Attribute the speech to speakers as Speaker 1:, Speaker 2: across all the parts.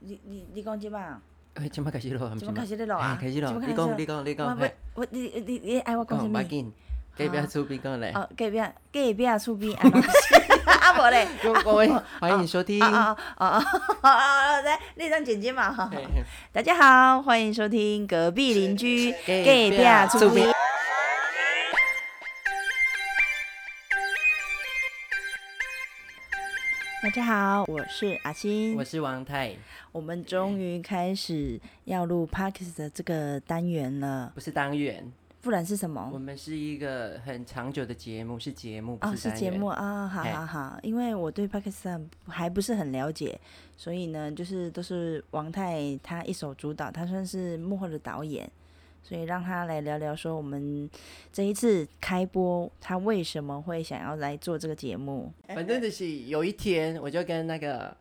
Speaker 1: 你你你讲即摆，
Speaker 2: 哎，即摆开始录啊，
Speaker 1: 即摆开始咧录啊，
Speaker 2: 嘿开始录，
Speaker 1: 即摆
Speaker 2: 你
Speaker 1: 开始
Speaker 2: 讲，你讲，你讲，
Speaker 1: 我
Speaker 2: 嘿哦
Speaker 1: 我你你你你爱我讲
Speaker 2: 讲
Speaker 1: 啥
Speaker 2: 唔要
Speaker 1: 物？
Speaker 2: 紧，隔壁
Speaker 1: 啊
Speaker 2: 厝边讲咧，
Speaker 1: 哦，隔壁隔壁啊厝边 安怎是？ 啊无咧。
Speaker 2: 各 各位 欢迎收听，
Speaker 1: 哦哦哦哦哦！来，那张剪辑嘛哈。
Speaker 2: 嘿嘿
Speaker 1: 大家好，欢迎收听隔壁邻居隔壁
Speaker 2: 啊
Speaker 1: 厝边。大家好，我是阿星
Speaker 2: 我。是王太，
Speaker 1: 我们终于开始要录 Parkes 的这个单元了，
Speaker 2: 不是单元，
Speaker 1: 不然是什
Speaker 2: 我
Speaker 1: 么？
Speaker 2: 们是一个很长久的节目，是节目，
Speaker 1: 哦，
Speaker 2: 不
Speaker 1: 是
Speaker 2: 单
Speaker 1: 节
Speaker 2: 元
Speaker 1: 目，啊，好
Speaker 2: 嘿
Speaker 1: 好好，因为我对 Pakistan 还不是很了解，所以呢，就是都是王太他一手主导，他算是幕后的导演，所以让他来聊聊说我们这一次开播，他为什么会想要来做这个节目？
Speaker 2: 反 正就是有一天，我就跟那个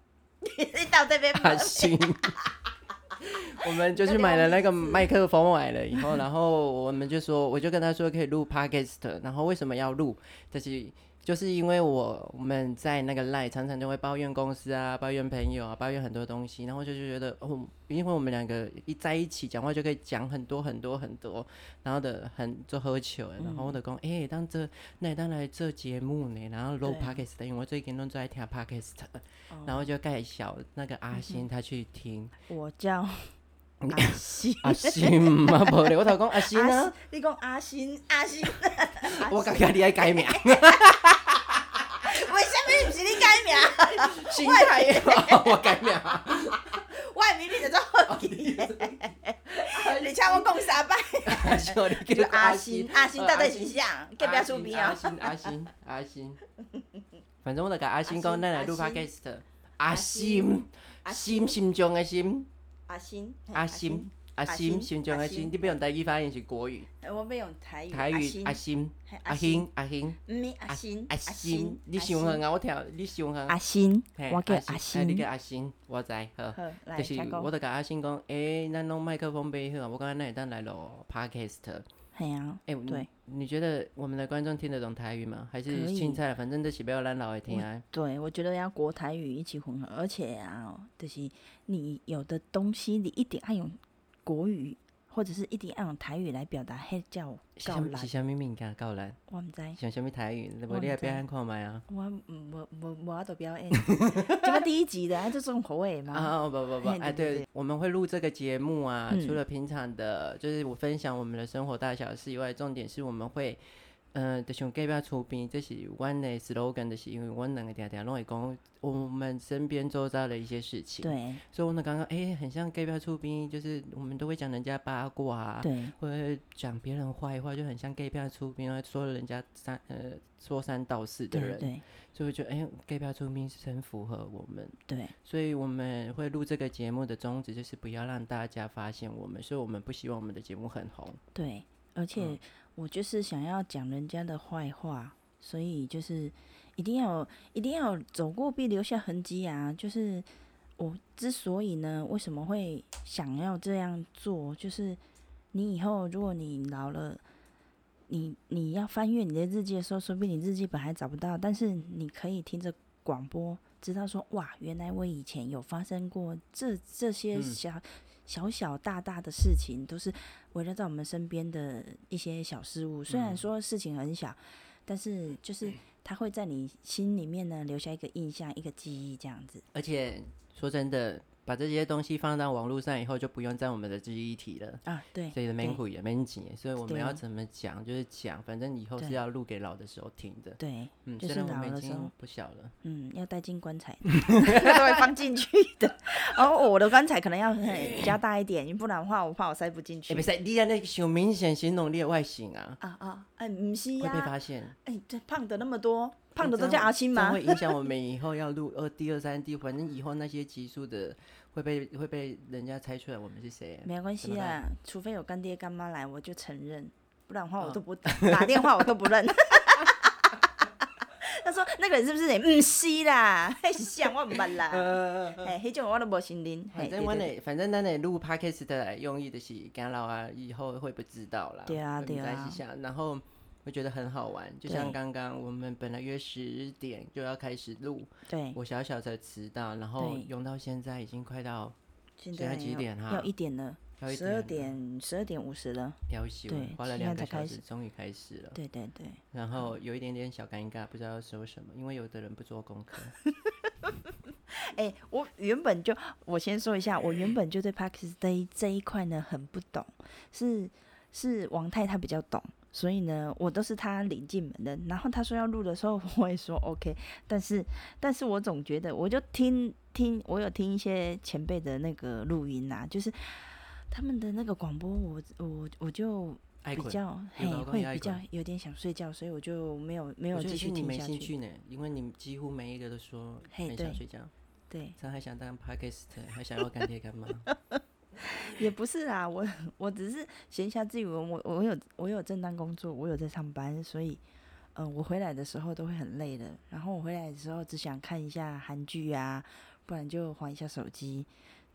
Speaker 1: 到这 边
Speaker 2: 阿星。我们就去买了那个麦克风，买了以后，然后我们就说，我就跟他说可以录 podcast，然后为什么要录？就是就是因为我我们在那个 line 常常就会抱怨公司啊，抱怨朋友啊，抱怨很多东西，然后就是觉得哦，因为我们两个一在一起讲话就可以讲很多很多很多，然后的很做喝酒的，然后我就讲，哎、当这那当来做节目呢，然后录
Speaker 1: 嗯对哦
Speaker 2: podcast，因为我最近都在听 podcast，然后就盖小那个
Speaker 1: 嗯
Speaker 2: 阿星他去听。
Speaker 1: 我叫
Speaker 2: 嗯
Speaker 1: 阿星，
Speaker 2: 阿星嘛，无咧，我头讲阿星
Speaker 1: 啊阿
Speaker 2: 啊
Speaker 1: 星，，你讲阿星，阿星。
Speaker 2: 我感觉你爱改 名，
Speaker 1: 为什么不是你改名？
Speaker 2: 心态的嘛， 我改 名。
Speaker 1: 我的明明就做好奇，而且我讲三摆，
Speaker 2: 阿星，你
Speaker 1: 就是
Speaker 2: 叫
Speaker 1: 阿
Speaker 2: 星呃
Speaker 1: 星，，阿星到底是啥？隔壁
Speaker 2: 阿
Speaker 1: 厝
Speaker 2: 星
Speaker 1: 边啊
Speaker 2: 阿，星，阿星，阿星，反正我就甲阿星讲，咱来录
Speaker 1: 阿
Speaker 2: podcast。阿星，心心中的心，
Speaker 1: 阿星，嘿
Speaker 2: 阿星，，阿
Speaker 1: 嗯阿
Speaker 2: 星，
Speaker 1: 星
Speaker 2: 心中
Speaker 1: 阿
Speaker 2: 的
Speaker 1: 星
Speaker 2: 心，你不用台语发音是国语，
Speaker 1: 呃我要用台语，
Speaker 2: 台
Speaker 1: 阿
Speaker 2: 语
Speaker 1: 星
Speaker 2: 阿，星，
Speaker 1: 嘿
Speaker 2: 阿，兴，阿兴，
Speaker 1: 唔是阿星，
Speaker 2: 阿星，你想
Speaker 1: 阿
Speaker 2: 哼
Speaker 1: 星
Speaker 2: 啊，我听，你想哼，
Speaker 1: 阿星
Speaker 2: 嘿，
Speaker 1: 我叫阿
Speaker 2: 星哎你叫
Speaker 1: 星，
Speaker 2: 阿星，我知，好。
Speaker 1: 好，来，
Speaker 2: 就是
Speaker 1: 请
Speaker 2: 我
Speaker 1: 讲，
Speaker 2: 就甲阿星讲，诶、咱弄麦克风背后，我感觉咱会当来录 podcast。
Speaker 1: 嘿啊，
Speaker 2: 诶、
Speaker 1: 对
Speaker 2: 哎你，你觉得我们的观众听得懂台语吗？还
Speaker 1: 可
Speaker 2: 是
Speaker 1: 以哦
Speaker 2: 青菜？反正这是不要咱老的听 啊。
Speaker 1: 对，我觉得要国台语一起混合，而且啊，就是你有的东西你一定要用国语，或者是一定要用台语来表达，迄叫
Speaker 2: 是
Speaker 1: 够
Speaker 2: 啥
Speaker 1: 难
Speaker 2: 是，啥物物件够难？
Speaker 1: 我唔知。
Speaker 2: 想啥物台语？
Speaker 1: 我
Speaker 2: 无你来
Speaker 1: 不知
Speaker 2: 表演看卖啊？
Speaker 1: 我嗯无无无法度表演，这么第一集的，啊，就重口味
Speaker 2: 啊
Speaker 1: 嘛。
Speaker 2: 啊不不不，
Speaker 1: 嘿
Speaker 2: 哎
Speaker 1: 对对
Speaker 2: 对，我们会录这个节目啊，
Speaker 1: 嗯
Speaker 2: 除了平常的，就是我分享我们的生活大小事以外，重点是我们会。呃，就像隔壁厝边，这是阮的 slogan，就是因为阮两个常常拢会讲我们身边周遭的一些事情。
Speaker 1: 对
Speaker 2: 所以我呢，刚刚哎，很像 gay 标出兵，就是我们都会讲人家八卦、啊，
Speaker 1: 对
Speaker 2: 或者讲别人坏话，就很像 gay 标出兵，说人家三呃说三道四的
Speaker 1: 对
Speaker 2: 人，
Speaker 1: 对
Speaker 2: 所以我觉得哎，gay 标出兵是很符合我们，
Speaker 1: 对，
Speaker 2: 所以我们会录这个节目的宗旨就是不要让大家发现我们，所以我们不希望我们的节目很红。
Speaker 1: 对，而且我就是想要讲人家的坏话，所以就是一定要有一定要有走过必留下痕迹啊！就是我之所以呢，为什么会想要这样做，就是你以后如果你老了。你你要翻阅你的日记的时候，说不定你日记本还找不到，但是你可以听着广播，知道说哇，原来我以前有发生过这这些
Speaker 2: 嗯
Speaker 1: 小、小小大大的事情，都是围绕在我们身边的一些小事物，虽然
Speaker 2: 嗯
Speaker 1: 说事情很小，但是就是它会在你心里面呢留下一个印象、一个记忆这样子。
Speaker 2: 而且说真的，把这些东西放到网络上以后，就不用在我们的记忆体了。
Speaker 1: 啊，对，
Speaker 2: 所以没
Speaker 1: 对
Speaker 2: 苦也没紧，所以我们
Speaker 1: 对
Speaker 2: 要怎么讲就是讲，反正以后是
Speaker 1: 对
Speaker 2: 要录给老的时候听的。
Speaker 1: 对，
Speaker 2: 嗯，
Speaker 1: 就
Speaker 2: 虽
Speaker 1: 是
Speaker 2: 然我
Speaker 1: 老
Speaker 2: 们
Speaker 1: 的
Speaker 2: 已
Speaker 1: 时候
Speaker 2: 经不小了，
Speaker 1: 嗯，要带进棺 材，都会放进去的。哦，我的棺材可能要很加大一点，不然的话，我怕我塞不进去
Speaker 2: 哎，不。是，你安尼想明显形容你的外形啊，
Speaker 1: 啊啊，哎，不是
Speaker 2: 会
Speaker 1: 呀、
Speaker 2: 被
Speaker 1: 啊，
Speaker 2: 发现。
Speaker 1: 哎，这胖的那么多，胖的
Speaker 2: 这
Speaker 1: 都
Speaker 2: 样
Speaker 1: 叫阿青
Speaker 2: 这样
Speaker 1: 吗？
Speaker 2: 会影响我们以后要录二、第二、三、第，反正以后那些集数的会被会被人家猜出来我们是谁。
Speaker 1: 没关系
Speaker 2: 怎么办
Speaker 1: 啊，除非有干爹干妈来，我就承认，不然的话我
Speaker 2: 哦
Speaker 1: 都不、打电话，我都不认。 他说那个人是不是你？嗯，是啦，嘿像我唔捌啦，
Speaker 2: 呃，
Speaker 1: 嘿，迄种我都无承认。嘿
Speaker 2: 反正
Speaker 1: 对
Speaker 2: 我
Speaker 1: 对
Speaker 2: 呢，反正咱呢录 podcast 的用意的是干扰啊，以后会不知道啦。
Speaker 1: 对啊
Speaker 2: 会不知
Speaker 1: 对啊
Speaker 2: 是啥然后我觉得很好玩，就像
Speaker 1: 对
Speaker 2: 刚刚我们本来约十点就要开始录，
Speaker 1: 对
Speaker 2: 我小小的迟到，然后
Speaker 1: 对
Speaker 2: 用到现在已经快到
Speaker 1: 现
Speaker 2: 现在
Speaker 1: 在
Speaker 2: 几
Speaker 1: 要
Speaker 2: 点啊
Speaker 1: 要一点了，
Speaker 2: 要一
Speaker 1: 十二
Speaker 2: 点
Speaker 1: 点十二点五十了。
Speaker 2: 要休，
Speaker 1: 对
Speaker 2: 花了
Speaker 1: 现
Speaker 2: 两
Speaker 1: 在
Speaker 2: 个
Speaker 1: 才
Speaker 2: 小
Speaker 1: 开
Speaker 2: 时，
Speaker 1: 始
Speaker 2: 终于开始了。
Speaker 1: 对对对，
Speaker 2: 然后
Speaker 1: 嗯
Speaker 2: 有一点点小尴尬，不知道要说什么，因为有的人不做功课。
Speaker 1: 哎、我原本就，我先说一下，我原本就对 Parkes 这一这一块呢很不懂，是是王太他比较懂，所以呢，我都是他领进门的。然后他说要录的时候， 我也说 OK，但是但是我总觉得，我就听听，我有听一些前辈的那个录音啊，就是他们的那个广播我，我我就
Speaker 2: 爱
Speaker 1: 比
Speaker 2: 困，
Speaker 1: 较嘿
Speaker 2: 有劳工也
Speaker 1: 会
Speaker 2: 爱
Speaker 1: 比较
Speaker 2: 困
Speaker 1: 有点想睡觉，所以我就没有没有
Speaker 2: 我觉
Speaker 1: 继
Speaker 2: 得是
Speaker 1: 续
Speaker 2: 你
Speaker 1: 听
Speaker 2: 没
Speaker 1: 下
Speaker 2: 兴
Speaker 1: 去。
Speaker 2: 趣呢，因为你几乎每一个都说
Speaker 1: 嘿
Speaker 2: 很想
Speaker 1: 对
Speaker 2: 睡觉，
Speaker 1: 对，
Speaker 2: 他还想当 podcast，还想要干爹干妈。
Speaker 1: 也不是啦，我 我只是闲暇之余，我我有我有正当工作，我有在上班，所以，嗯、我回来的时候都会很累的。然后我回来的时候只想看一下韩剧啊，不然就划一下手机。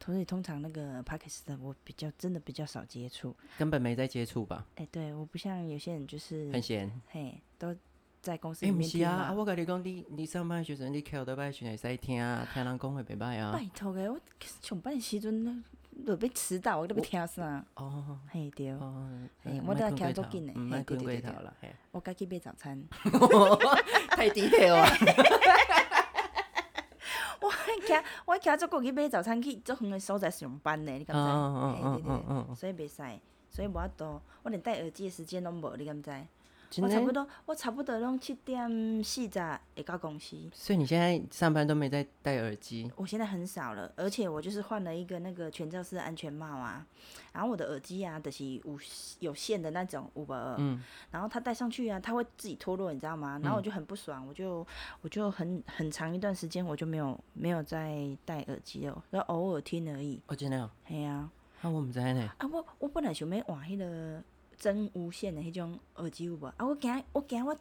Speaker 1: 所以通常那个 p a c k e t 我比较真的比较少接触。
Speaker 2: 根本没在接触 吧，
Speaker 1: 哎、对，我不像有些人就是
Speaker 2: 很闲。
Speaker 1: 嘿都在公司
Speaker 2: 哎，
Speaker 1: 里
Speaker 2: 不
Speaker 1: 面
Speaker 2: 是
Speaker 1: 听
Speaker 2: 啊，
Speaker 1: 嘛
Speaker 2: 啊我跟你讲，你你上班的时阵，你翘到摆时阵会使听啊，听人讲会袂歹啊
Speaker 1: 拜。托个，我上班的时阵都被迟到，我都要听啥？
Speaker 2: 哦
Speaker 1: 嘿对，
Speaker 2: 哦，
Speaker 1: 嘿
Speaker 2: 嗯
Speaker 1: 我
Speaker 2: 别
Speaker 1: 都
Speaker 2: 睡
Speaker 1: 徛
Speaker 2: 过
Speaker 1: 足
Speaker 2: 头
Speaker 1: 紧的
Speaker 2: 嗯
Speaker 1: 嘿
Speaker 2: 别
Speaker 1: 对
Speaker 2: 困
Speaker 1: 对对
Speaker 2: 过头了，嘿
Speaker 1: 我该去买早餐。
Speaker 2: 太 detail 啊。
Speaker 1: 我徛我徛做过去买早餐去足远的所在上班呢，你敢
Speaker 2: 哦
Speaker 1: 知？
Speaker 2: 哦哦哦哦哦，
Speaker 1: 所以袂使，所以无法度。我连戴耳机的时间拢无，你敢知？
Speaker 2: 真
Speaker 1: 我差不
Speaker 2: 的。
Speaker 1: 多，我差不多拢七点四十会到公司。
Speaker 2: 所以你现在上班都没在戴耳机，
Speaker 1: 我现在很少了，而且我就是换了一个那个全罩式安全帽啊，然后我的耳机啊，就是有有线的那种五百二，
Speaker 2: 嗯
Speaker 1: 然后它戴上去啊，它会自己脱落，你知道吗？然后我就很不爽，我就我就很很长一段时间我就没有没有再戴耳机了，然后偶尔听而已。
Speaker 2: 哦真的哦，
Speaker 1: 嘿啊，
Speaker 2: 啊我唔知呢。
Speaker 1: 啊，我我本来想要换迄个真无线的迄种耳机有无？啊，我惊我惊我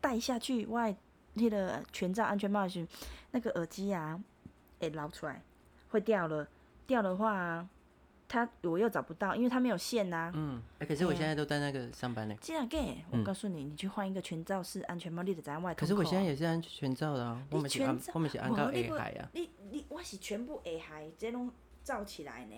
Speaker 1: 戴下去，我的迄个全罩安全帽的时候，那个耳机啊会捞出来，会掉了。掉的话，它我又找不到，因为它没有线呐、啊。
Speaker 2: 嗯，哎可是我现在都在那个上班呢。
Speaker 1: 这样假的？我告诉你，你去换一个全罩式安全帽，你就知影我的
Speaker 2: 可是我
Speaker 1: 痛苦
Speaker 2: 现在
Speaker 1: 啊
Speaker 2: 也是安全罩的啊，我
Speaker 1: 你
Speaker 2: 们是
Speaker 1: 全
Speaker 2: 安
Speaker 1: 罩
Speaker 2: 我们是安到
Speaker 1: 哇你
Speaker 2: A
Speaker 1: 不
Speaker 2: 海啊，
Speaker 1: 你你我是全部下海，这拢罩起来呢。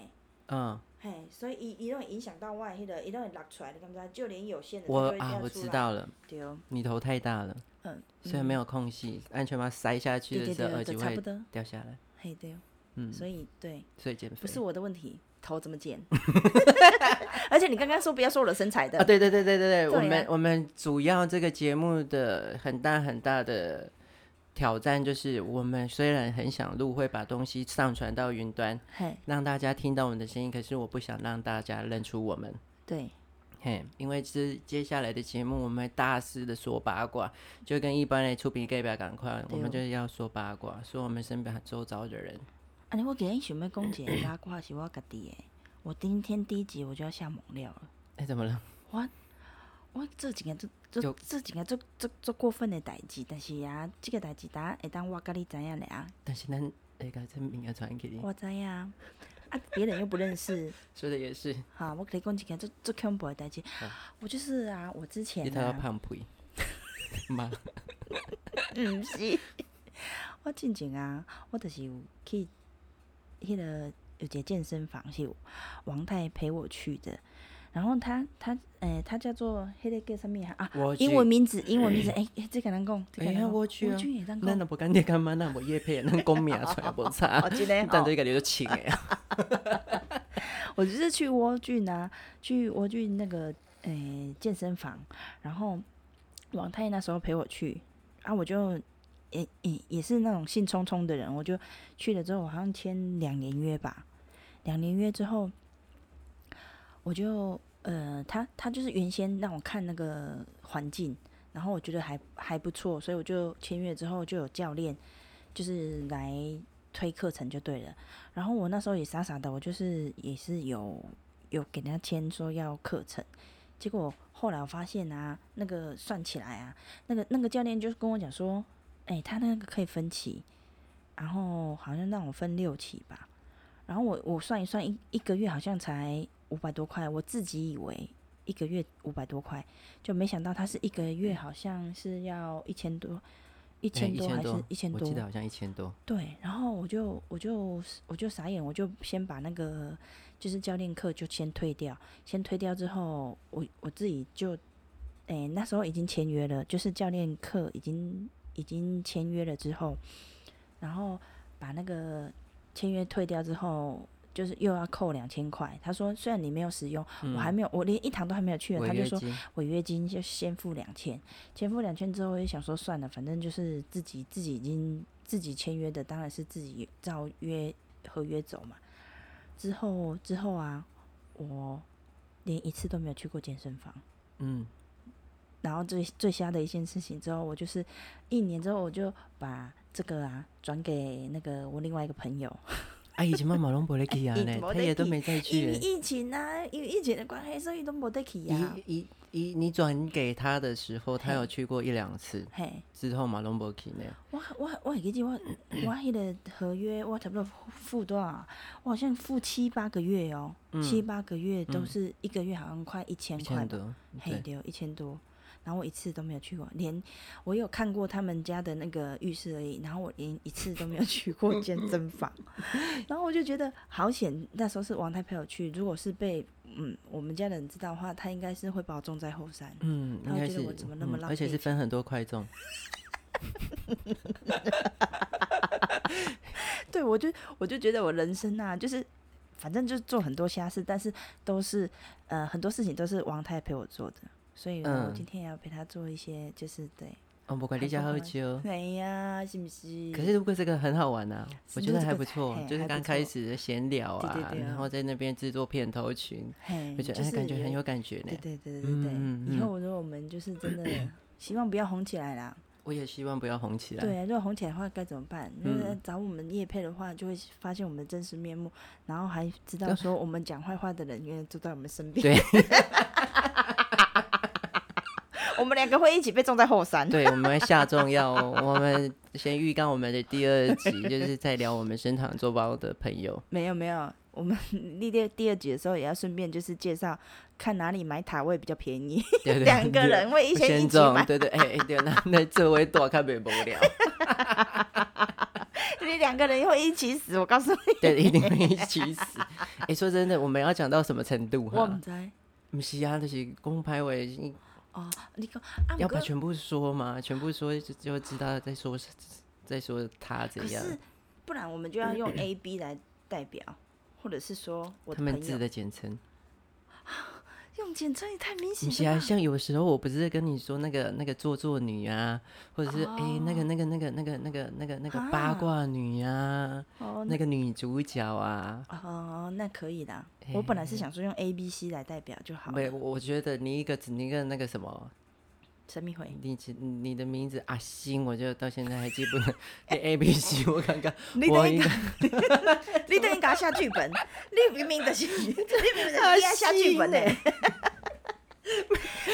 Speaker 2: 嗯，
Speaker 1: 嘿，所以伊伊拢会影响到我的迄、个，伊拢会落出来，你敢不知道？就连有线的它
Speaker 2: 我
Speaker 1: 都会掉出
Speaker 2: 啊
Speaker 1: 来。
Speaker 2: 我知。道了，
Speaker 1: 对。哦
Speaker 2: 你头太大了，
Speaker 1: 嗯，
Speaker 2: 所以没有空隙，安全帽塞下去
Speaker 1: 对对
Speaker 2: 的时候
Speaker 1: 对，
Speaker 2: 耳
Speaker 1: 呃就
Speaker 2: 机
Speaker 1: 差不
Speaker 2: 会
Speaker 1: 多，
Speaker 2: 掉下来，
Speaker 1: 嘿对，
Speaker 2: 嗯，
Speaker 1: 所以对，
Speaker 2: 所以减肥
Speaker 1: 不是我的问题，头怎么 剪？而且你刚刚说不要说我的身材
Speaker 2: 啊，
Speaker 1: 的，
Speaker 2: 对对对对对对，我
Speaker 1: 对啊
Speaker 2: 们我们主要这个节目的很大很大的挑战就是，我们虽然很想录，会把东西上传到云端，
Speaker 1: 嘿，
Speaker 2: 让大家听到我们的声音，可是我不想让大家认出我们。
Speaker 1: 对，
Speaker 2: 嘿，因为这接下来的节目，我们会大肆的说八卦，就跟一般的出比 gay 表赶快，我们
Speaker 1: 哦
Speaker 2: 就是要说八卦，说我们身边周遭的人。
Speaker 1: 啊，你我今天想要讲一个八卦是我家己的，我今天第一集我就要下猛料了，
Speaker 2: 哎、怎么了？
Speaker 1: 我这几件做
Speaker 2: 有
Speaker 1: 做这几件做做做过分的代志，但是啊，这个代志大家会当我甲你知影俩，
Speaker 2: 但是咱哎，把这名要传给你，
Speaker 1: 我知啊，啊，别人又不认识，
Speaker 2: 说的也是，
Speaker 1: 哈，我跟你讲一件做做恐怖的代志，我就是啊，我之前
Speaker 2: 一
Speaker 1: 啊
Speaker 2: 条胖肥，妈，
Speaker 1: 毋是，嗯 我进前啊，我就是有去迄、个有一个健身房是王太陪我去的，然后他他诶、他叫做迄、个叫啥物啊？啊，
Speaker 2: 我
Speaker 1: 英文名字，英文名字，诶、诶，这个人讲，这
Speaker 2: 哎
Speaker 1: 个
Speaker 2: 呀
Speaker 1: 人讲，
Speaker 2: 我去啊
Speaker 1: 去也当讲，
Speaker 2: 咱若无干爹干妈，咱无叶片，咱讲名出来无差
Speaker 1: 哦，。真的
Speaker 2: 但
Speaker 1: 吼
Speaker 2: 这个你就请诶，
Speaker 1: 我就是去蜗郡啊，去蜗郡那个诶、健身房，然后王太那时候陪我去，啊，我就也也也是那种兴冲冲的人，我就去了之后，我好像签两年约吧，两年约之后，我就呃，他他就是原先让我看那个环境，然后我觉得还还不错，所以我就签约之后就有教练就是来推课程就对了。然后我那时候也傻傻的，我就是也是有有给人家签说要课程，结果后来我发现啊，那个算起来啊，那个那个教练就是跟我讲说，哎、他那个可以分期，然后好像让我分六期吧，然后我我算一算一一个月好像才五百多块，我自己以为。一个月五百多块，就没想到他是一个月好像是要一千多，一千
Speaker 2: 哎一
Speaker 1: 多还
Speaker 2: 千
Speaker 1: 是一千
Speaker 2: 我
Speaker 1: 多
Speaker 2: 记？得好像一千多。
Speaker 1: 对，然后我就我就我就傻眼，我就先把那个就是教练课就先退掉，先退掉之后，我我自己就，哎、那时候已经签约了，就是教练课已经已经签约了之后，然后把那个签约退掉之后，就是又要扣两千块。他说虽然你没有使用，我还没有，我连一堂都还没有去呢，
Speaker 2: 嗯违
Speaker 1: 他就
Speaker 2: 约
Speaker 1: 说
Speaker 2: 金，
Speaker 1: 违约金就先付两千，先付两千之后，我就想说算了，反正就是自己自己已经自己签约的，当然是自己照约合约走嘛。之后之后啊，我连一次都没有去过健身房。
Speaker 2: 嗯，
Speaker 1: 然后最最瞎的一件事情之后，我就是一年之后我就把这个啊转给那个我另外一个朋友，
Speaker 2: 啊，以前妈妈拢不咧去啊
Speaker 1: 以
Speaker 2: 呢，
Speaker 1: 前没
Speaker 2: 他
Speaker 1: 得
Speaker 2: 也都
Speaker 1: 去
Speaker 2: 没再
Speaker 1: 因
Speaker 2: 去
Speaker 1: 为
Speaker 2: 耶。
Speaker 1: 疫情啊，因为疫情的关系，所以都没得去呀、啊
Speaker 2: 一。一一，你转给他的时候，他
Speaker 1: 嘿
Speaker 2: 有去过一两次，
Speaker 1: 嘿，
Speaker 2: 之后嘛拢无去呢。
Speaker 1: 我我我会记得 我我迄个合约我差不多付多少？我好像付七八个月哦，七八个月都是一个月好像快一千
Speaker 2: 嗯一
Speaker 1: 块
Speaker 2: 千
Speaker 1: 吧，
Speaker 2: 多，
Speaker 1: 嘿
Speaker 2: 对，
Speaker 1: 对，一千多。然后我一次都没有去过，连我有看过他们家的那个浴室而已，然后我连一次都没有去过健身 房，然后我就觉得好险，那时候是王太陪我去，如果是被嗯我们家人知道的话，他应该是会把我种在后山。
Speaker 2: 嗯，
Speaker 1: 他
Speaker 2: 应
Speaker 1: 会
Speaker 2: 该
Speaker 1: 觉
Speaker 2: 是
Speaker 1: 得我怎么那么，
Speaker 2: 嗯
Speaker 1: 浪
Speaker 2: 而且
Speaker 1: 费
Speaker 2: 是分很多块重。
Speaker 1: 对，我就我就觉得我人生啊，就是反正就是做很多瞎事，但是都是呃很多事情都是王太陪我做的，所以呢我
Speaker 2: 嗯
Speaker 1: 今天也要陪他做一些，就是对，
Speaker 2: 哦，不管
Speaker 1: 很
Speaker 2: 你家
Speaker 1: 多
Speaker 2: 喝
Speaker 1: 块
Speaker 2: 酒。
Speaker 1: 哎呀，是不是？
Speaker 2: 嗯可是如果这个很好玩啊，我
Speaker 1: 是
Speaker 2: 觉
Speaker 1: 如
Speaker 2: 得
Speaker 1: 这
Speaker 2: 还
Speaker 1: 个
Speaker 2: 不错
Speaker 1: 嘿，还
Speaker 2: 就是
Speaker 1: 不
Speaker 2: 刚开
Speaker 1: 错
Speaker 2: 始的闲聊
Speaker 1: 对对
Speaker 2: 啊，
Speaker 1: 对啊
Speaker 2: 然后在那边制作片头曲，
Speaker 1: 嘿，
Speaker 2: 我觉得
Speaker 1: 就
Speaker 2: 哎
Speaker 1: 是
Speaker 2: 感觉很
Speaker 1: 也
Speaker 2: 有感觉
Speaker 1: 对
Speaker 2: 呢。
Speaker 1: 对对对对，
Speaker 2: 嗯嗯
Speaker 1: 以
Speaker 2: 嗯
Speaker 1: 后我如果我们就是真的。希望不要红起来啦。
Speaker 2: 我也希望不要红起来。
Speaker 1: 对，如果红起来的话该怎么办？如果
Speaker 2: 嗯
Speaker 1: 找我们叶配的话，就会发现我们的真实面目，然后还知道说我们讲坏话的人原来都在我们身边。
Speaker 2: 对
Speaker 1: 我们两个会一起被种在后山。
Speaker 2: 对，我们会下重药哦。我们先预告我们的第二集，就是在聊我们身旁做包的朋友。
Speaker 1: 没有没有， 我们第二第二集的时候也要顺便就是介绍看哪里买塔位比较便宜，
Speaker 2: 对 对
Speaker 1: 两个
Speaker 2: 对
Speaker 1: 人会一
Speaker 2: 不
Speaker 1: 起一
Speaker 2: 先
Speaker 1: 起
Speaker 2: 中
Speaker 1: 买，
Speaker 2: 对对，哎、哎对，那 那这位大较袂无聊，
Speaker 1: 你两个人会一起死，我告诉你，
Speaker 2: 对，一定会一起死。哎、说真的，我们要讲到什么程度
Speaker 1: 我唔
Speaker 2: 哈？
Speaker 1: 知
Speaker 2: 不是啊，就是公拍委
Speaker 1: 哦，你讲啊，
Speaker 2: 要
Speaker 1: 不
Speaker 2: 把全部说嘛，全部说就就知道在说在说他
Speaker 1: 可
Speaker 2: 怎样，
Speaker 1: 是不然我们就要 用 A B 来代表，或者是说我
Speaker 2: 他
Speaker 1: 的
Speaker 2: 们
Speaker 1: 朋
Speaker 2: 字
Speaker 1: 友
Speaker 2: 的简称。
Speaker 1: 用简称也太明
Speaker 2: 不是
Speaker 1: 显
Speaker 2: 啊，
Speaker 1: 了吧。
Speaker 2: 像有时候我不是跟你说那个那个做作女啊，或者是哎、那个
Speaker 1: 哦
Speaker 2: 那个那个那个那个那个那个八
Speaker 1: 啊
Speaker 2: 卦女啊，
Speaker 1: 哦，
Speaker 2: 那个女主角啊，
Speaker 1: 哦，那可以啦。我本来是想说用 A B C 来代表就好
Speaker 2: 哎没，
Speaker 1: 了。
Speaker 2: 我觉得你一个你一个那个什么，
Speaker 1: 神秘回，
Speaker 2: 你只你的名字阿星，我就到现在还记不 得你 A B C，我刚刚
Speaker 1: 你
Speaker 2: 我
Speaker 1: 等一
Speaker 2: 应
Speaker 1: 下
Speaker 2: 该，
Speaker 1: 你等于给他下 剧本，你明明就是，你明明就是你要下剧本 呢、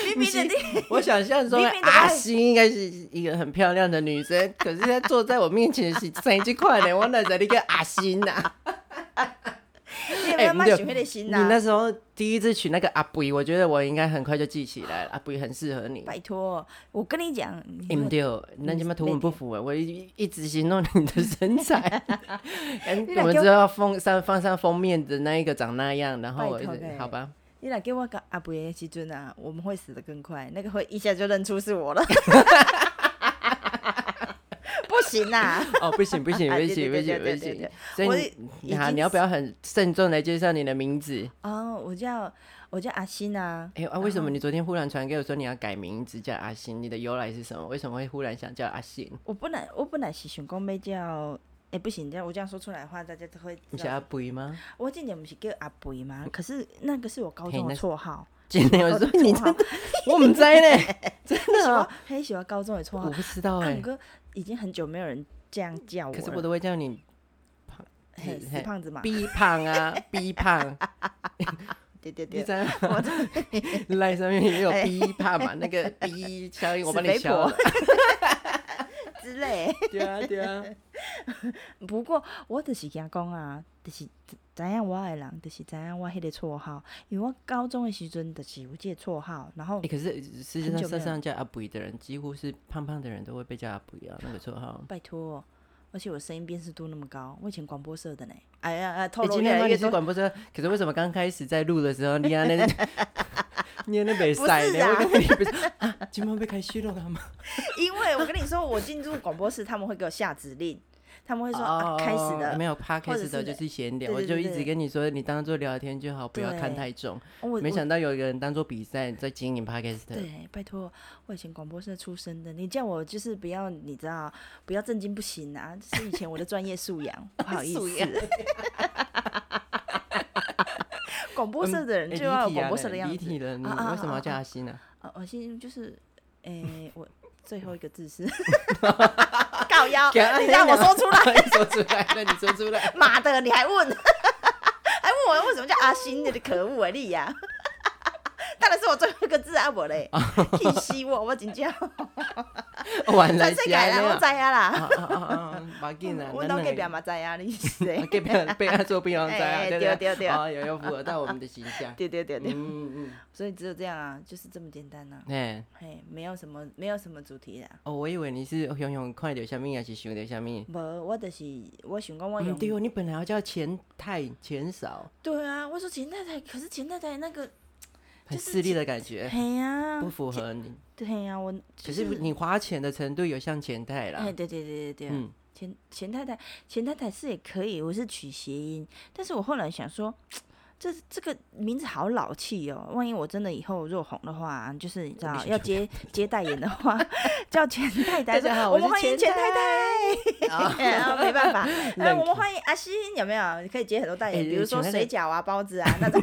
Speaker 1: 你
Speaker 2: 不
Speaker 1: 明
Speaker 2: 是
Speaker 1: 明你，
Speaker 2: 我想象中的
Speaker 1: 明明就
Speaker 2: 阿
Speaker 1: 是
Speaker 2: 星应该是一个很漂亮的女生，可是她坐在我面前是生这块呢，我哪知道你叫阿星呐、 啊？
Speaker 1: 你有没
Speaker 2: 哎
Speaker 1: 有
Speaker 2: 不
Speaker 1: 蛮
Speaker 2: 对
Speaker 1: 喜欢的心啊
Speaker 2: 你
Speaker 1: 呐、
Speaker 2: 那时候第一次取那个阿布，我觉得我应该很快就记起来了，阿布很适合你。
Speaker 1: 啊拜托，我跟你讲，
Speaker 2: 欸
Speaker 1: 你
Speaker 2: 不对，那你们图文不符哎！我一一直形容你的 身材，嗯
Speaker 1: 你
Speaker 2: 我
Speaker 1: 来
Speaker 2: 们
Speaker 1: 给我
Speaker 2: 知道封上放上封面的那一个长那样，然后我
Speaker 1: 拜托
Speaker 2: 就
Speaker 1: 欸
Speaker 2: 好吧，
Speaker 1: 你来给我搞阿伯的时阵啊，我们会死得更快，那个会一下就认出是我了。 不行啊！
Speaker 2: 哦不行不行
Speaker 1: 啊
Speaker 2: 不
Speaker 1: 对
Speaker 2: 行不
Speaker 1: 对对对
Speaker 2: 行不
Speaker 1: 对
Speaker 2: 行
Speaker 1: 对，
Speaker 2: 所
Speaker 1: 我
Speaker 2: 以
Speaker 1: 已
Speaker 2: 你好，
Speaker 1: 经
Speaker 2: 你要不要很慎重的介绍你的名字？
Speaker 1: 哦，我叫我叫阿欣啊，
Speaker 2: 哎啊，为什么你昨天忽然传给我说你要改名字叫阿信？你的由来是什么？为什么会忽然想叫阿信？
Speaker 1: 我本来我本来是想讲要叫，哎、不行，这样我这样说出来的话，大家都会知
Speaker 2: 你
Speaker 1: 道
Speaker 2: 是阿肥吗？
Speaker 1: 我之前不是叫阿肥吗？可是那个是我高中
Speaker 2: 嘿那
Speaker 1: 的
Speaker 2: 是
Speaker 1: 绰号，
Speaker 2: 今天我
Speaker 1: 我的
Speaker 2: 说哦你
Speaker 1: 绰号
Speaker 2: 真的，我唔知 呢，真的
Speaker 1: 我
Speaker 2: 哦，
Speaker 1: 很喜欢高中的绰
Speaker 2: 我
Speaker 1: 号。
Speaker 2: 不知道
Speaker 1: 阿
Speaker 2: 哎
Speaker 1: 五，哥已经很久没有人这样叫我了，
Speaker 2: 可是我都会叫你
Speaker 1: 嘿
Speaker 2: 嘿
Speaker 1: 死胖子嘛，
Speaker 2: 逼胖啊，逼胖。
Speaker 1: 对 对
Speaker 2: 你
Speaker 1: 对
Speaker 2: 知，道吗？ 赖上面也有逼怕嘛，那个逼消音我帮你
Speaker 1: 哎死肥
Speaker 2: 消
Speaker 1: 婆
Speaker 2: 了。
Speaker 1: 之类。
Speaker 2: 对啊对啊，
Speaker 1: 不过我就是惊讲啊，就是知影我的人，就是知影我迄个绰号，因为我高中的时阵就是有这个绰号，然后
Speaker 2: 哎、可是世界
Speaker 1: 很
Speaker 2: 上
Speaker 1: 久没
Speaker 2: 社
Speaker 1: 有
Speaker 2: 上叫阿布的人，几乎是胖胖的人都会被叫阿布啊，那个绰号。
Speaker 1: 拜托，而且我声音辨识度那么高，我以前广播社的呢，哎呀哎，透
Speaker 2: 哎
Speaker 1: 露
Speaker 2: 今
Speaker 1: 越
Speaker 2: 天
Speaker 1: 来
Speaker 2: 你
Speaker 1: 越
Speaker 2: 是
Speaker 1: 多。
Speaker 2: 广播车，可是为什么刚开始在录的时候，你啊那， 你啊那被塞
Speaker 1: 不
Speaker 2: 呢？
Speaker 1: 是啊
Speaker 2: 我跟你不是啊，今晚被开虚了干嘛？
Speaker 1: 因为我跟你说，我进入广播室，他们会给我下指令，他们会说、啊、
Speaker 2: 哦
Speaker 1: 开始了。
Speaker 2: 没有 p o
Speaker 1: 或者
Speaker 2: d c
Speaker 1: 是
Speaker 2: a 的就是闲聊，
Speaker 1: 对
Speaker 2: 我
Speaker 1: 对
Speaker 2: 就
Speaker 1: 对
Speaker 2: 一直
Speaker 1: 对
Speaker 2: 跟你说，你当做聊天就好，不要看
Speaker 1: 对
Speaker 2: 太重。
Speaker 1: 哦我
Speaker 2: 没
Speaker 1: 我
Speaker 2: 想到有一个人当做比赛在经营嗯 p o d c a s t
Speaker 1: 对，拜托，我以前广播社出身的，你叫我就是不要，你知道，不要正经不行啊，这是以前我的专业素养，不好意
Speaker 2: 素养
Speaker 1: 思。广播社的人就要有广播社的样
Speaker 2: 嗯哎离
Speaker 1: 子
Speaker 2: 体人，你
Speaker 1: 啊啊啊
Speaker 2: 为什么要
Speaker 1: 啊
Speaker 2: 叫阿西呢？
Speaker 1: 啊！我现在就是，诶、 我最后一个字是 告腰，你让我说出来，
Speaker 2: 来，说出来了， 你说出 来。
Speaker 1: 妈的，你还问，还问我为什么叫阿星？你的可恶啊 你呀、当然是我最后一个字啊，我 嘞，气死我，我真正。
Speaker 2: 完了，
Speaker 1: 全世界人拢知影 啦，
Speaker 2: 啊啊啊啊！马进啊，
Speaker 1: 阮兜
Speaker 2: 咱
Speaker 1: 隔
Speaker 2: 两
Speaker 1: 壁
Speaker 2: 个
Speaker 1: 嘛知影，你是
Speaker 2: 啊
Speaker 1: 谁？
Speaker 2: 隔壁被他做槟榔仔啊，
Speaker 1: 哎
Speaker 2: 对
Speaker 1: 对
Speaker 2: 对
Speaker 1: 对对。
Speaker 2: 哦，有有符合到我们的形象
Speaker 1: 对对对对，
Speaker 2: 嗯嗯
Speaker 1: 所以只有这样啊，就是这么简单呐、啊
Speaker 2: 嗯，。哎，
Speaker 1: 嘿，没有什么，没有什么主题啦。
Speaker 2: 哦，我以为你是熊熊快点下面，还是熊点下面？
Speaker 1: 无，我就是我想讲我
Speaker 2: 嗯，
Speaker 1: 用、
Speaker 2: 对哦，你本来要叫钱太钱少，
Speaker 1: 对啊，我说钱太太，可是钱太太那个
Speaker 2: 很
Speaker 1: 就是
Speaker 2: 势利的感觉，
Speaker 1: 嘿呀、
Speaker 2: 呃不
Speaker 1: 啊，
Speaker 2: 符合你。
Speaker 1: 对呀、啊，我
Speaker 2: 可
Speaker 1: 就是
Speaker 2: 你花钱的程度有像钱太
Speaker 1: 哎，
Speaker 2: 啦，
Speaker 1: 对对对对对啊、
Speaker 2: 嗯，
Speaker 1: 钱钱太太，钱太太是也可以，我是取谐音，但是我后来想说，这这个名字好老气哦，万一我真的以后若红的话，就是你知道要接接代言的话， 叫钱太太
Speaker 2: 大
Speaker 1: 说，
Speaker 2: 家好
Speaker 1: 我们
Speaker 2: 我是
Speaker 1: 欢迎钱
Speaker 2: 钱
Speaker 1: 太太，
Speaker 2: 哦
Speaker 1: 啊没办法，哎，
Speaker 2: 冷
Speaker 1: 我们欢迎阿星，有没有？你可以接很多代言，
Speaker 2: 哎
Speaker 1: 比如说
Speaker 2: 钱太太
Speaker 1: 水饺啊、包子啊那种，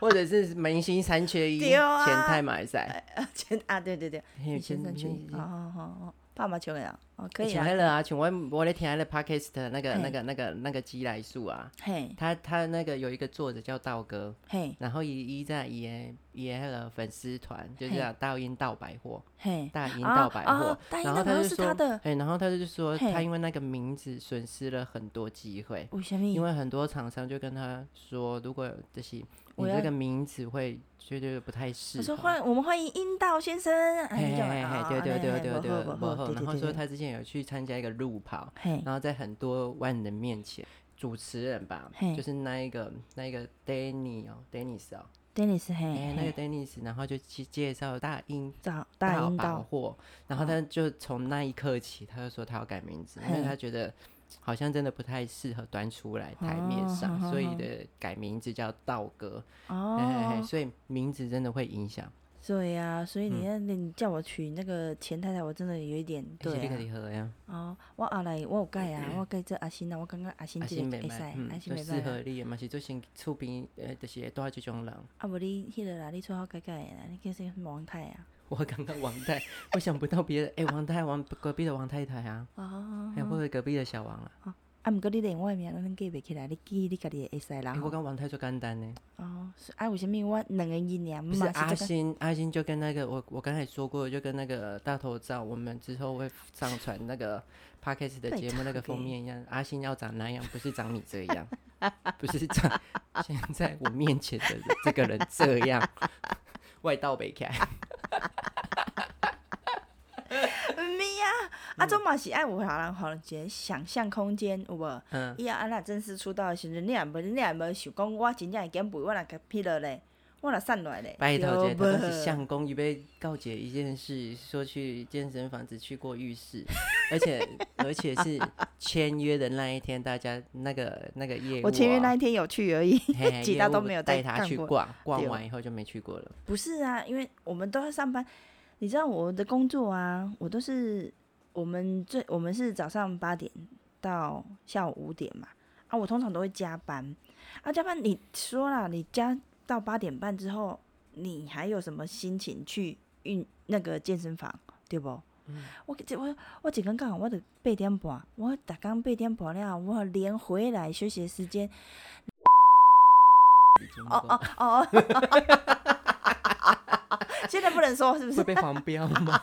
Speaker 2: 或者是明星三缺一，
Speaker 1: 对啊
Speaker 2: 钱太马赛，
Speaker 1: 钱 啊，对对对，
Speaker 2: 嘿
Speaker 1: 你先生去，哦哦哦哦，爸妈求了，哦可以
Speaker 2: 请
Speaker 1: 啊，
Speaker 2: 来了啊，请问我来听了 podcast 那个
Speaker 1: 嘿
Speaker 2: 那个那个那个鸡来素啊，
Speaker 1: 嘿
Speaker 2: 他他那个有一个作者叫道哥，
Speaker 1: 嘿
Speaker 2: 然后一一在也也的粉丝团，就是
Speaker 1: 嘿
Speaker 2: 啊，道音道百货，
Speaker 1: 嘿，
Speaker 2: 大音
Speaker 1: 啊
Speaker 2: 道百
Speaker 1: 啊
Speaker 2: 货，
Speaker 1: 大英
Speaker 2: 然
Speaker 1: 道
Speaker 2: 后
Speaker 1: 百
Speaker 2: 他
Speaker 1: 货
Speaker 2: 就是
Speaker 1: 他
Speaker 2: 说，
Speaker 1: 的，
Speaker 2: 哎、然后他就说他
Speaker 1: 嘿
Speaker 2: 因为那个名字损失了很多机会，
Speaker 1: 为什么？
Speaker 2: 因为很多厂商就跟他说，如果就是你
Speaker 1: 我
Speaker 2: 这
Speaker 1: 要
Speaker 2: 个名字会觉得不太适
Speaker 1: 我说
Speaker 2: 合。
Speaker 1: 欢，我们欢迎阴道先生。哎，
Speaker 2: 嘿
Speaker 1: 你
Speaker 2: 嘿
Speaker 1: 就
Speaker 2: 嘿
Speaker 1: 啊
Speaker 2: 嘿，对对对对对，
Speaker 1: 不
Speaker 2: 不
Speaker 1: 好
Speaker 2: 后
Speaker 1: 对
Speaker 2: 然
Speaker 1: 对
Speaker 2: 后
Speaker 1: 对
Speaker 2: 说
Speaker 1: 对。
Speaker 2: 他之前有去参加一个路跑，
Speaker 1: 嘿，
Speaker 2: 然后在很多万人面前，主持人吧，
Speaker 1: 嘿
Speaker 2: 就是那一个那一个 Danny 哦，Dennis 哦，
Speaker 1: ，Dennis，嘿嘿，
Speaker 2: 哎、那个 Dennis，然后就去介绍大英
Speaker 1: 找大阴
Speaker 2: 百
Speaker 1: 道，哦
Speaker 2: 货，然后他就从那一刻起，他就说他要改名字，因为
Speaker 1: 嘿
Speaker 2: 他觉得好像真的不太适合端出来台面
Speaker 1: 哦
Speaker 2: 上，
Speaker 1: 好
Speaker 2: 所以
Speaker 1: 好好
Speaker 2: 的改名字叫道哥，哎、嘿嗯
Speaker 1: 哦，
Speaker 2: 所以名字真的会影响。哎
Speaker 1: 对呀，所以你看，你叫我取那个钱太太，我真的有一点对
Speaker 2: 这个
Speaker 1: 啊
Speaker 2: 礼盒呀，
Speaker 1: 哦，我后来我有改啊，我改这阿星啊，我感觉阿星
Speaker 2: 嗯阿
Speaker 1: 这
Speaker 2: 信
Speaker 1: 个
Speaker 2: 美
Speaker 1: 会使，
Speaker 2: 卖，嗯，
Speaker 1: 阿星
Speaker 2: 就
Speaker 1: 袂
Speaker 2: 适合
Speaker 1: 歹啊。
Speaker 2: 你的嘛，是做先厝边呃，就是会带这种人。
Speaker 1: 啊，无你迄个啦，你最好改改的啦，你叫什么王太啊？
Speaker 2: 我刚刚王太，我想不到别的，哎、王太王隔壁的王太太啊，
Speaker 1: 哦
Speaker 2: 还，有或者隔壁的小王啊，
Speaker 1: 啊，毋过你连我的名拢记袂起来，你记你家己的会使啦
Speaker 2: 哎、我
Speaker 1: 吼。
Speaker 2: 跟王太最简单呢。
Speaker 1: 哦，是啊，为什么我两个音俩
Speaker 2: 不是
Speaker 1: 嘛
Speaker 2: 阿
Speaker 1: 是这个？
Speaker 2: 星，阿星就跟那个我我刚才说过，就跟那个大头照，我们之后会上传那个 podcast 的
Speaker 1: 拜
Speaker 2: 节目那个
Speaker 1: 托
Speaker 2: 封
Speaker 1: 给
Speaker 2: 面一样，阿星要长那样，不是长你这样， 不是长现在我面前的这个人这样， 外道北开，
Speaker 1: 咪啊，
Speaker 2: 嗯
Speaker 1: 啊，这嘛是爱有互人互人一个想象空间，有无？啊
Speaker 2: 嗯，
Speaker 1: 以后安若正式出道的时阵，你也无，你也无想讲，我真正会减肥，我若甲劈落咧，我若瘦落来咧，
Speaker 2: 拜托
Speaker 1: 对
Speaker 2: 姐，他
Speaker 1: 不
Speaker 2: 都是相公，预备告解一件事，说去健身房只去过浴室， 而且而且是签约的那一天，大家那个那个业务、啊，
Speaker 1: 我签约那一天有去而已，
Speaker 2: 嘿嘿
Speaker 1: 其
Speaker 2: 业
Speaker 1: 他
Speaker 2: 务
Speaker 1: 都没有
Speaker 2: 带
Speaker 1: 再
Speaker 2: 他
Speaker 1: 干
Speaker 2: 去
Speaker 1: 过
Speaker 2: 逛，逛
Speaker 1: 对
Speaker 2: 完以后就没去过了。
Speaker 1: 不是啊，因为我们都要上班，你知道我的工作啊，我都是我们最我们是早上八点到下午五点嘛，啊，我通常都会加班，啊，加班你说啦，你加到八点半之后，你还有什么心情去运那个健身房，对不？我这我我一工讲，我得八点半，我逐工八点半了，我连回来休息的时间
Speaker 2: 已经
Speaker 1: 哦
Speaker 2: 过
Speaker 1: 哦哦哦，现在不能说是不
Speaker 2: 会
Speaker 1: 是？
Speaker 2: 被黄标吗？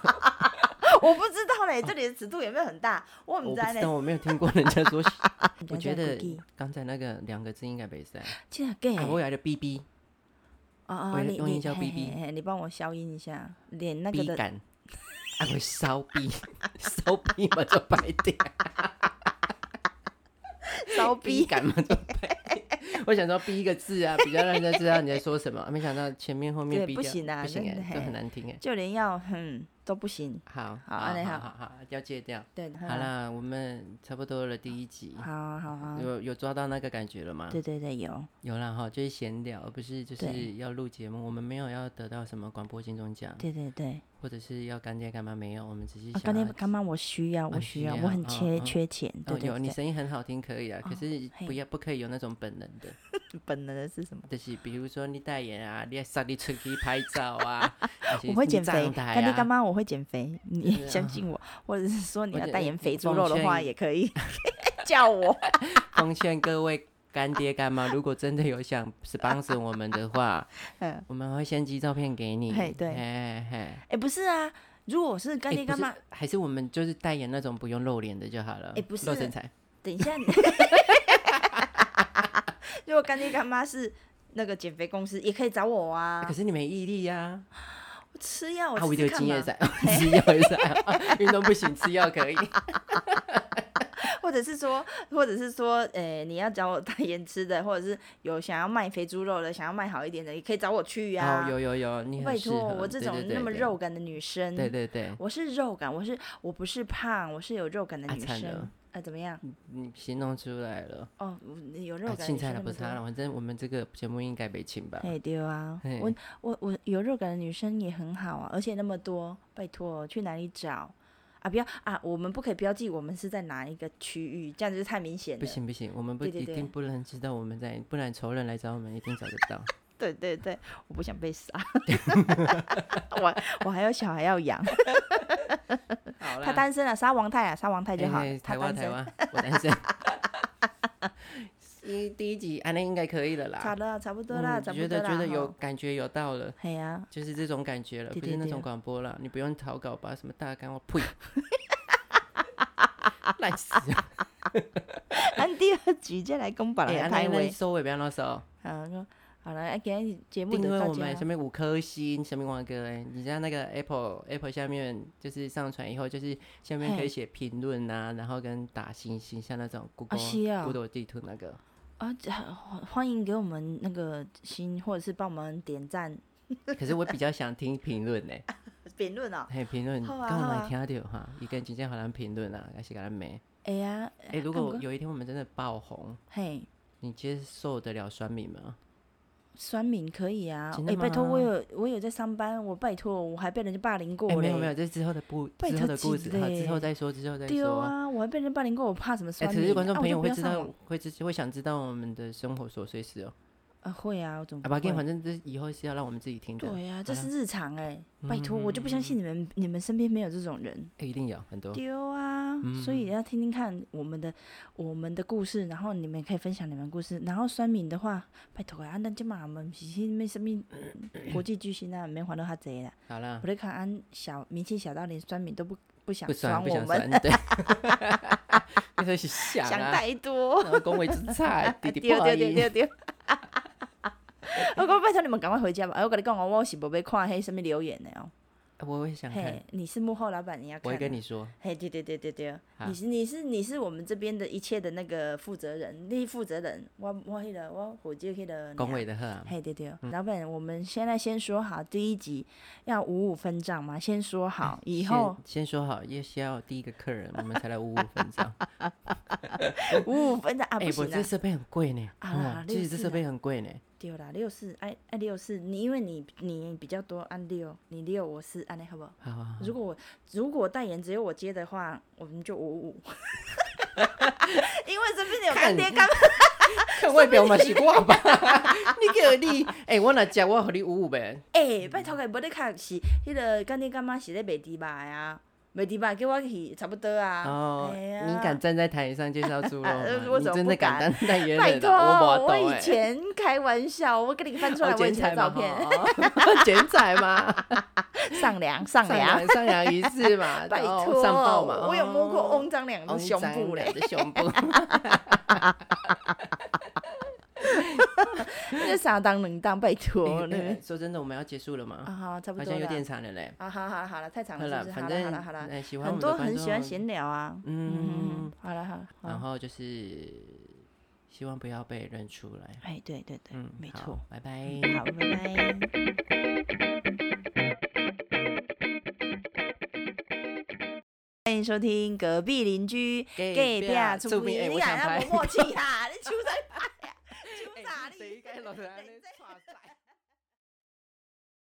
Speaker 1: 我不知道嘞，这里的尺度有没有很大？哦我
Speaker 2: 我
Speaker 1: 唔
Speaker 2: 不
Speaker 1: 知
Speaker 2: 知
Speaker 1: 嘞
Speaker 2: 道，。我没有听过人家 说。我
Speaker 1: 人
Speaker 2: 觉
Speaker 1: 家
Speaker 2: 得
Speaker 1: 在故意
Speaker 2: 刚才那个两个字应该没塞。
Speaker 1: 这个 gay
Speaker 2: 啊，我
Speaker 1: 哦
Speaker 2: 有的 BB 我
Speaker 1: 哦，
Speaker 2: 用
Speaker 1: 你
Speaker 2: 用
Speaker 1: 你
Speaker 2: 音效
Speaker 1: 嘿
Speaker 2: BB
Speaker 1: 嘿嘿你帮我消音一下，连那个
Speaker 2: B
Speaker 1: 的
Speaker 2: 感，啊，我骚逼， 骚逼嘛就白点，
Speaker 1: 骚
Speaker 2: 逼
Speaker 1: 逼，
Speaker 2: 感嘛就白点。 我想说逼一个字啊，比较让人家知道你在说什么。啊没想到前面后面
Speaker 1: 对
Speaker 2: 逼
Speaker 1: 不
Speaker 2: 掉
Speaker 1: 行啊
Speaker 2: 不行
Speaker 1: 真的
Speaker 2: 哎，都
Speaker 1: 嘿
Speaker 2: 很难听哎。
Speaker 1: 就连要哼都不行。
Speaker 2: 好，
Speaker 1: 好
Speaker 2: 好
Speaker 1: 安尼
Speaker 2: 好
Speaker 1: 好
Speaker 2: 好好，要戒掉。
Speaker 1: 对，
Speaker 2: 好，啦，我们差不多了，第一集
Speaker 1: 好好好，
Speaker 2: 有有抓到那个感觉了吗？
Speaker 1: 对对对，有
Speaker 2: 有啦哈，就是闲聊，而不是就
Speaker 1: 对
Speaker 2: 是要录节目。我们没有要得到什么广播金钟奖，
Speaker 1: 对对对。
Speaker 2: 或者是要干爹干妈没有，我们只是
Speaker 1: 啊，
Speaker 2: 想
Speaker 1: 刚
Speaker 2: 要
Speaker 1: 才刚刚我需要，我
Speaker 2: 你
Speaker 1: 需
Speaker 2: 需
Speaker 1: 要，嗯
Speaker 2: 要
Speaker 1: 我很
Speaker 2: 哦
Speaker 1: 缺
Speaker 2: 哦
Speaker 1: 缺钱，
Speaker 2: 哦
Speaker 1: 对，对
Speaker 2: 有你
Speaker 1: 对。
Speaker 2: 声音很好听，可以啊，可
Speaker 1: 哦
Speaker 2: 是不
Speaker 1: 嘿
Speaker 2: 要不可以有那种本能的，
Speaker 1: 本能的是什么？
Speaker 2: 就是比如说你代言啊，你要上你出去拍照 啊，还是
Speaker 1: 我会
Speaker 2: 你
Speaker 1: 减肥，
Speaker 2: 站台
Speaker 1: 干爹
Speaker 2: 啊
Speaker 1: 干妈我会减肥，你
Speaker 2: 对啊
Speaker 1: 相信我，或者是说你
Speaker 2: 或
Speaker 1: 要
Speaker 2: 者
Speaker 1: 代
Speaker 2: 你
Speaker 1: 言肥
Speaker 2: 猪
Speaker 1: 猪
Speaker 2: 肉
Speaker 1: 肉的话
Speaker 2: 圈
Speaker 1: 也可以 叫 我。
Speaker 2: 奉劝各位干爹干妈，如果真的有想 sponsor 我们的话，
Speaker 1: 嗯，
Speaker 2: 我们会先寄照片给你。
Speaker 1: 嘿对
Speaker 2: 嘿嘿。
Speaker 1: 哎，不是啊，如果我是干
Speaker 2: 哎
Speaker 1: 爹
Speaker 2: 不
Speaker 1: 干
Speaker 2: 是
Speaker 1: 妈，
Speaker 2: 还是我们就是代言那种不用露脸的就好了。
Speaker 1: 哎不是
Speaker 2: 露身材，
Speaker 1: 等一 下你，如果干爹干妈是那个减肥公司，也可以找我
Speaker 2: 哎
Speaker 1: 啊
Speaker 2: 可。是你没毅力呀、
Speaker 1: 我吃药，
Speaker 2: 啊，我
Speaker 1: 我吃
Speaker 2: 有
Speaker 1: 吃哦看
Speaker 2: 经验
Speaker 1: 嘛，
Speaker 2: 噻，吃药也噻，啊 运动不行，吃药可以。
Speaker 1: 或者是说，或者是说，呃，你要找我代言吃的，或者是有想要卖肥猪肉的，想要卖好一点的，也可以找我去呀、
Speaker 2: 哦，有有有，你
Speaker 1: 啊拜
Speaker 2: 很适
Speaker 1: 托，
Speaker 2: 合。
Speaker 1: 我这
Speaker 2: 对
Speaker 1: 种
Speaker 2: 对对
Speaker 1: 那么
Speaker 2: 对
Speaker 1: 肉感的女生，
Speaker 2: 对对对，
Speaker 1: 我是肉感，我是我不是胖，我是有肉感的
Speaker 2: 啊
Speaker 1: 女
Speaker 2: 惨
Speaker 1: 生。
Speaker 2: 了
Speaker 1: 啊、怎么样？
Speaker 2: 你形容出来了。
Speaker 1: 哦，我有肉
Speaker 2: 啊，
Speaker 1: 感的
Speaker 2: 青
Speaker 1: 女
Speaker 2: 菜
Speaker 1: 生
Speaker 2: 了，
Speaker 1: 那
Speaker 2: 不
Speaker 1: 么
Speaker 2: 是他
Speaker 1: 多。
Speaker 2: 了，反正我们这个节目应该没请吧？
Speaker 1: 哎，对啊
Speaker 2: 嘿，
Speaker 1: 我我我有肉感的女生也很好啊，而且那么多，拜托，去哪里找啊？不要啊，我们不可以标记我们是在哪一个区域，这样就是太明显了。
Speaker 2: 不，行不行，我们不
Speaker 1: 对对
Speaker 2: 一
Speaker 1: 对
Speaker 2: 定不能知道我们在，不然仇人来找我们一定找得 到。
Speaker 1: 对对对，我不想被 杀，我我还有小孩要养，
Speaker 2: 好
Speaker 1: 他单身啊，杀王太啊，杀王太就好，
Speaker 2: 哎哎
Speaker 1: 他
Speaker 2: 台
Speaker 1: 单
Speaker 2: 湾台
Speaker 1: 身。
Speaker 2: 湾，我单身。第 第一集，安那应该可以了啦。
Speaker 1: 差不多啦，差不多
Speaker 2: 嗯
Speaker 1: 啦，差不
Speaker 2: 觉
Speaker 1: 多
Speaker 2: 得
Speaker 1: 啦。
Speaker 2: 觉得有
Speaker 1: 吼，
Speaker 2: 感觉有到了，
Speaker 1: 嘿呀，
Speaker 2: 就是这种感觉了，
Speaker 1: 对
Speaker 2: 不
Speaker 1: 对
Speaker 2: 是那
Speaker 1: 对
Speaker 2: 种广播了，你不用投稿吧？什么大纲，我 呸， 烂死了！
Speaker 1: 按第二集再来公把
Speaker 2: 哎，
Speaker 1: 来
Speaker 2: 安
Speaker 1: 拍
Speaker 2: 那
Speaker 1: 位
Speaker 2: 那。收尾不要啰嗦。
Speaker 1: 啊，说好了，哎，今天节目
Speaker 2: 订
Speaker 1: 就
Speaker 2: 阅
Speaker 1: 到
Speaker 2: 我
Speaker 1: 这
Speaker 2: 们
Speaker 1: 啊
Speaker 2: 下。面五颗星，下面王哥哎，你像那个 Apple Apple 下面就是上传以后，就是下面可以
Speaker 1: 嘿
Speaker 2: 写评论啊，然后跟打星星，像那种 Google、
Speaker 1: 是啊
Speaker 2: Google 地图那个，
Speaker 1: 啊，这欢欢迎给我们那个心，或者是帮我们点赞、
Speaker 2: 可是我比较想听评论呢，欸
Speaker 1: 评论哦。
Speaker 2: 嘿，评论
Speaker 1: 好啊
Speaker 2: 刚
Speaker 1: 好
Speaker 2: 好
Speaker 1: 啊
Speaker 2: 蛮听到哈，一个人真正好难评论啊，还是给他没。
Speaker 1: 哎呀，
Speaker 2: 哎、如
Speaker 1: 啊不
Speaker 2: 果
Speaker 1: 过
Speaker 2: 有一天我们真的爆红，
Speaker 1: 嘿，
Speaker 2: 你接受得了酸民吗？
Speaker 1: 酸敏可以啊。
Speaker 2: 真的
Speaker 1: 哎，拜托，我
Speaker 2: 吗
Speaker 1: 有我有在上班，我拜托，我还被人家霸凌过
Speaker 2: 哎、没
Speaker 1: 嘞。
Speaker 2: 有没有，这之后的故
Speaker 1: 拜
Speaker 2: 之后
Speaker 1: 托
Speaker 2: 的故
Speaker 1: 记
Speaker 2: 事，好，之
Speaker 1: 嘞
Speaker 2: 后再说，之后再
Speaker 1: 对
Speaker 2: 说。
Speaker 1: 啊，我还被人家霸凌过，我怕什么
Speaker 2: 哎、
Speaker 1: 酸
Speaker 2: 可
Speaker 1: 敏？
Speaker 2: 是观众
Speaker 1: 啊
Speaker 2: 朋友会知，
Speaker 1: 我就不要上
Speaker 2: 道，
Speaker 1: 网
Speaker 2: 会知会想知道我们的生活琐碎事哦、
Speaker 1: 啊，会啊，我怎么
Speaker 2: 啊，不要紧，
Speaker 1: 会
Speaker 2: 反正这以后是要让我们自己听的，
Speaker 1: 对呀，啊这
Speaker 2: 好
Speaker 1: 是
Speaker 2: 啦
Speaker 1: 日常哎，
Speaker 2: 嗯
Speaker 1: 拜托，我就不相信你们，你们身边没有这种人。
Speaker 2: 哎一定有很多。
Speaker 1: 丢啊！所以要听听看我们的我们的故事，然后你们也可以分享你们的故事。然后酸敏的话，拜托啊，咱即嘛我们是迄咩什么国际巨星啊，免烦恼较济啦。
Speaker 2: 好啦
Speaker 1: 啊我，咧看俺小明星小到连酸敏都不不想
Speaker 2: 不酸不
Speaker 1: 我
Speaker 2: 想
Speaker 1: 们，
Speaker 2: 酸，对， 那时候是想
Speaker 1: 想
Speaker 2: 啊，
Speaker 1: 太 多。
Speaker 2: 然后恭维之差，弟 弟
Speaker 1: 丢
Speaker 2: 不好
Speaker 1: 丢丢
Speaker 2: 意
Speaker 1: 丢丢！我讲拜托你们赶快回家吧！哎，我跟你讲哦，我是不被看黑什么留言的哦。
Speaker 2: 我会想看
Speaker 1: 嘿，，你是幕后老板，你要看
Speaker 2: 我会
Speaker 1: 啊。
Speaker 2: 跟你说，
Speaker 1: 嘿，对对对对对，
Speaker 2: 好
Speaker 1: 你是你是你是我们这边的一切的那个负责人，你负责人，我我迄、那个我负责迄个。
Speaker 2: 恭维。的呵啊，
Speaker 1: 嘿，对对，老板，我们现在先说好，第一集要五五分账嘛，先说好，以 后
Speaker 2: 嗯先先说好，要先要第一个客人，我们才来五五分账。
Speaker 1: 五五分账啊，
Speaker 2: 哎、
Speaker 1: 不
Speaker 2: 我
Speaker 1: 行
Speaker 2: 这
Speaker 1: 啊，
Speaker 2: 设备很贵呢，
Speaker 1: 啊
Speaker 2: 哦
Speaker 1: 六
Speaker 2: 其实这
Speaker 1: 四
Speaker 2: 设
Speaker 1: 啦
Speaker 2: 备很贵呢。
Speaker 1: 对啦，六四，哎哎六四，你因为你你比较多按六，你六我四，按你好不好？
Speaker 2: 好啊好 好，
Speaker 1: 如果我如果代言只有我接的话，我们就五 五。因为这边有干爹干
Speaker 2: 看外表嘛是我吧， 你给你，哎、我若食我和你五五呗，
Speaker 1: 哎诶、拜托个，无咧看是迄、个干爹干妈是咧卖猪肉的啊，没得吧，给我去差不多啊。
Speaker 2: 哦，
Speaker 1: 哎呀
Speaker 2: 你敢站在台上介绍猪肉吗
Speaker 1: 呃我？
Speaker 2: 你
Speaker 1: 怎么
Speaker 2: 真
Speaker 1: 不
Speaker 2: 的敢
Speaker 1: 敢
Speaker 2: 当代言
Speaker 1: 拜
Speaker 2: 人
Speaker 1: 托，
Speaker 2: 啊？我
Speaker 1: 我
Speaker 2: 没
Speaker 1: 以前开玩笑，我给你翻出来
Speaker 2: 哦
Speaker 1: 我以
Speaker 2: 剪
Speaker 1: 前的
Speaker 2: 彩嘛
Speaker 1: 照片，
Speaker 2: 哦 剪彩嘛，
Speaker 1: 上梁 上
Speaker 2: 上
Speaker 1: 梁，
Speaker 2: 扬上扬一次嘛，
Speaker 1: 拜
Speaker 2: 哦
Speaker 1: 托，
Speaker 2: 上报嘛。
Speaker 1: 我有摸过
Speaker 2: 哦
Speaker 1: 翁章良的
Speaker 2: 翁
Speaker 1: 胸
Speaker 2: 章
Speaker 1: 部嘞
Speaker 2: 良，的 胸部。
Speaker 1: 那啥当能当，拜 托，那
Speaker 2: 哎说真的，我们要结束了
Speaker 1: 啊
Speaker 2: 吗？
Speaker 1: 好，差不多
Speaker 2: 好像有点
Speaker 1: 了，
Speaker 2: 长了嘞。
Speaker 1: 啊好好好了，太长
Speaker 2: 好
Speaker 1: 了，
Speaker 2: 了，
Speaker 1: 是不是？
Speaker 2: 反
Speaker 1: 好了
Speaker 2: 正
Speaker 1: 好了好了，
Speaker 2: 哎喜欢我
Speaker 1: 很
Speaker 2: 们的
Speaker 1: 多
Speaker 2: 观
Speaker 1: 很喜欢
Speaker 2: 众
Speaker 1: 闲聊啊，嗯
Speaker 2: 嗯，，
Speaker 1: 好了好了，
Speaker 2: 然
Speaker 1: 好
Speaker 2: 后就是希望不要被认出来。
Speaker 1: 哎对对对
Speaker 2: 嗯，，
Speaker 1: 没
Speaker 2: 好
Speaker 1: 错，，嗯
Speaker 2: 拜拜。
Speaker 1: 哎好，拜拜。欢迎收听隔壁邻居。
Speaker 2: 给
Speaker 1: gay 嗲
Speaker 2: 出
Speaker 1: 出
Speaker 2: 名，哎
Speaker 1: 名，
Speaker 2: 我
Speaker 1: 你
Speaker 2: 想
Speaker 1: 啊，
Speaker 2: 拍
Speaker 1: 没。默契啊，你求啥拍呀？求啥
Speaker 2: 哎
Speaker 1: 你？
Speaker 2: 谁该落来？你哇塞